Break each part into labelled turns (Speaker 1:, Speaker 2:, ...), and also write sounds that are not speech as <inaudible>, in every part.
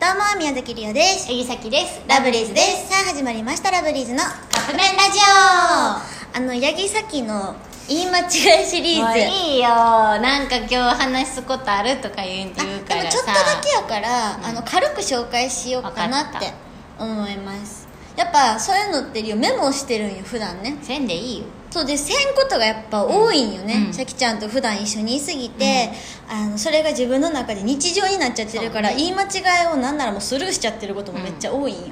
Speaker 1: どうも宮崎りおです
Speaker 2: えぎさきです
Speaker 1: ラブリーズですさあ始まりましたラブリーズの
Speaker 2: カップ麺ラジ
Speaker 1: あの八木咲の言い間違いシリ
Speaker 2: オも
Speaker 1: ー
Speaker 2: う
Speaker 1: ズ
Speaker 2: いいよなんか今日話すことあるとか言
Speaker 1: あ
Speaker 2: う言う
Speaker 1: で
Speaker 2: か
Speaker 1: も
Speaker 2: ら
Speaker 1: ちょっと
Speaker 2: さ
Speaker 1: だけやから、あの軽く紹介しようかなっ
Speaker 2: わ
Speaker 1: て
Speaker 2: かっ
Speaker 1: 思いますやっぱそういうのってりおメモしてるんよ普段ね
Speaker 2: せんでいいよ
Speaker 1: そうでせんことがやっぱ多いんよね、
Speaker 2: うん
Speaker 1: さきちゃんと普段一緒にいすぎて、あのそれが自分の中で日常になっちゃってるから、
Speaker 2: そう
Speaker 1: 言い間違いをなんならもうスルーしちゃってることもめっちゃ多いんよ、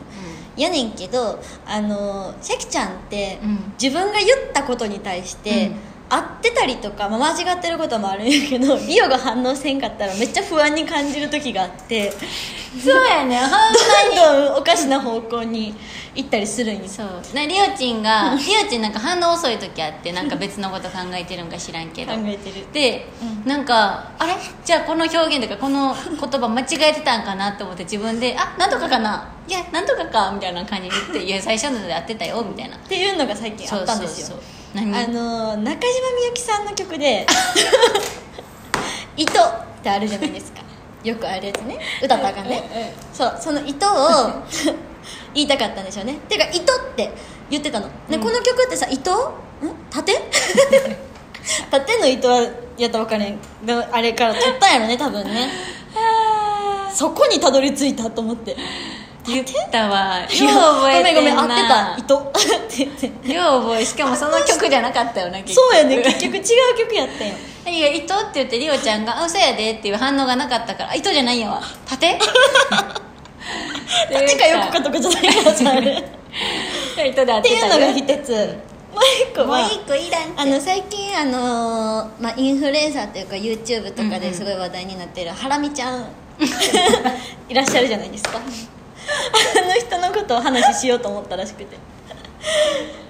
Speaker 1: やねんけどあのさきちゃんって、
Speaker 2: うん
Speaker 1: 自分が言ったことに対して、
Speaker 2: うん
Speaker 1: 合ってたりとか、まあ、間違ってることもあるんやけ
Speaker 2: <laughs>
Speaker 1: どリオが反応せんかったらめっちゃ不安に感じる時があって
Speaker 2: そうやねほん
Speaker 1: どんどんおかしな方向に行ったりするんです
Speaker 2: <laughs> そうなりおちんがりおちんなんか反応遅い時あってなんか別のこと考えてるんか知らんけ
Speaker 1: 考
Speaker 2: ど
Speaker 1: えてる
Speaker 2: で、なんかあれじゃあこの表現とかこの言葉間違えてたんかなと思って自分で「あなんとかかないやなんとかか」みたいな感じで言って「いや最初のでやってたよ」みたいな
Speaker 1: っていうのが最近あったんですよ
Speaker 2: そうそうそう何
Speaker 1: あの中島みゆきさんの曲 <laughs> で「糸」ってあるじゃないですか <laughs> よくあるやつね歌ったらあかんね、そうその糸を <laughs> 言いたかったんでしょうねてか糸って言ってたの、で
Speaker 2: うん
Speaker 1: この曲ってさ糸ん縦 <laughs> 縦の糸はやったら分からへんでもあれから取ったんやろね多分ねそこにたどり着いたと思って
Speaker 2: 言ったわよう
Speaker 1: いや
Speaker 2: 覚えて
Speaker 1: ごめん
Speaker 2: ん
Speaker 1: ごめん合
Speaker 2: な
Speaker 1: <laughs> ってた糸って言って
Speaker 2: よう覚えしかもその曲じゃなかっ
Speaker 1: <laughs>
Speaker 2: たよな結局
Speaker 1: そうやね結局違う曲やったんよ
Speaker 2: いや「糸」って言ってりおちゃんが「あ嘘やで」っていう反応がなかったから「あ糸じゃないんやわ縦」
Speaker 1: <laughs> 縦か横かとかじゃないからさあれ
Speaker 2: いや糸で合っ
Speaker 1: って
Speaker 2: て
Speaker 1: いう
Speaker 2: た
Speaker 1: のが
Speaker 2: よ
Speaker 1: 一つもう一個
Speaker 2: もう
Speaker 1: は
Speaker 2: 一個いらん
Speaker 1: あの最近あのーまあ、インフルエンサーというか YouTube とかですごい話題になってるハラミち <laughs> ゃんいらっしゃるじゃないですかあの人のことを話ししようと思ったらしくて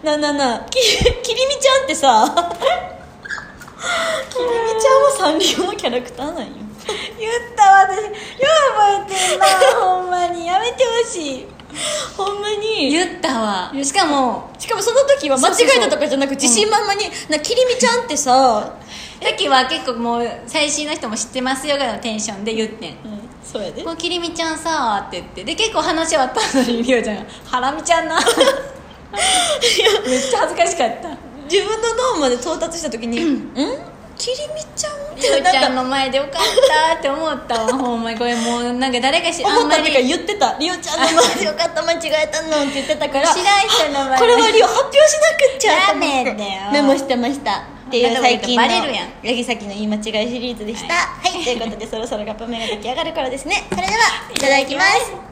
Speaker 1: なあなあなあききりみちゃんって
Speaker 2: <laughs>
Speaker 1: さきりみちゃんはサンリオのキャラクターなんよ
Speaker 2: 言ったわ私よう覚えてんなほんまにやめてほしい
Speaker 1: ほんまに
Speaker 2: 言ったわしかも
Speaker 1: しかもその時は間違えたとかじゃなく自信満々に「なきりみちゃんってさ、
Speaker 2: 時は結構もう最新の人も知ってますよぐらいのテンションで言ってん
Speaker 1: うん、そうやで
Speaker 2: もうきりみちゃんさーって言ってで結構話終わったのにりおちゃんが「ハラミちゃんな」めっちゃ恥ずかしかった
Speaker 1: 自分の脳まで到達した時に「んきりみちゃん?」っ
Speaker 2: り
Speaker 1: て
Speaker 2: おちゃん
Speaker 1: なんか
Speaker 2: の前でよかったって思ったわほんまにこれもうなんか誰かしあ
Speaker 1: 思
Speaker 2: ん
Speaker 1: った
Speaker 2: ま
Speaker 1: って
Speaker 2: り
Speaker 1: いうか言ってた「りおちゃんの
Speaker 2: <laughs>
Speaker 1: 前でよかった間違えたの」って言ってたから
Speaker 2: 知らん人の前で
Speaker 1: これはりお発表しなくっちゃと思って
Speaker 2: やめてよ
Speaker 1: メモしてましたっていう最近の
Speaker 2: バレるやん
Speaker 1: 八木崎の言い間 <laughs> 違いシリーズでしたはい、ということでそろそろカップ麺が出来上がる頃ですねそれではいただきます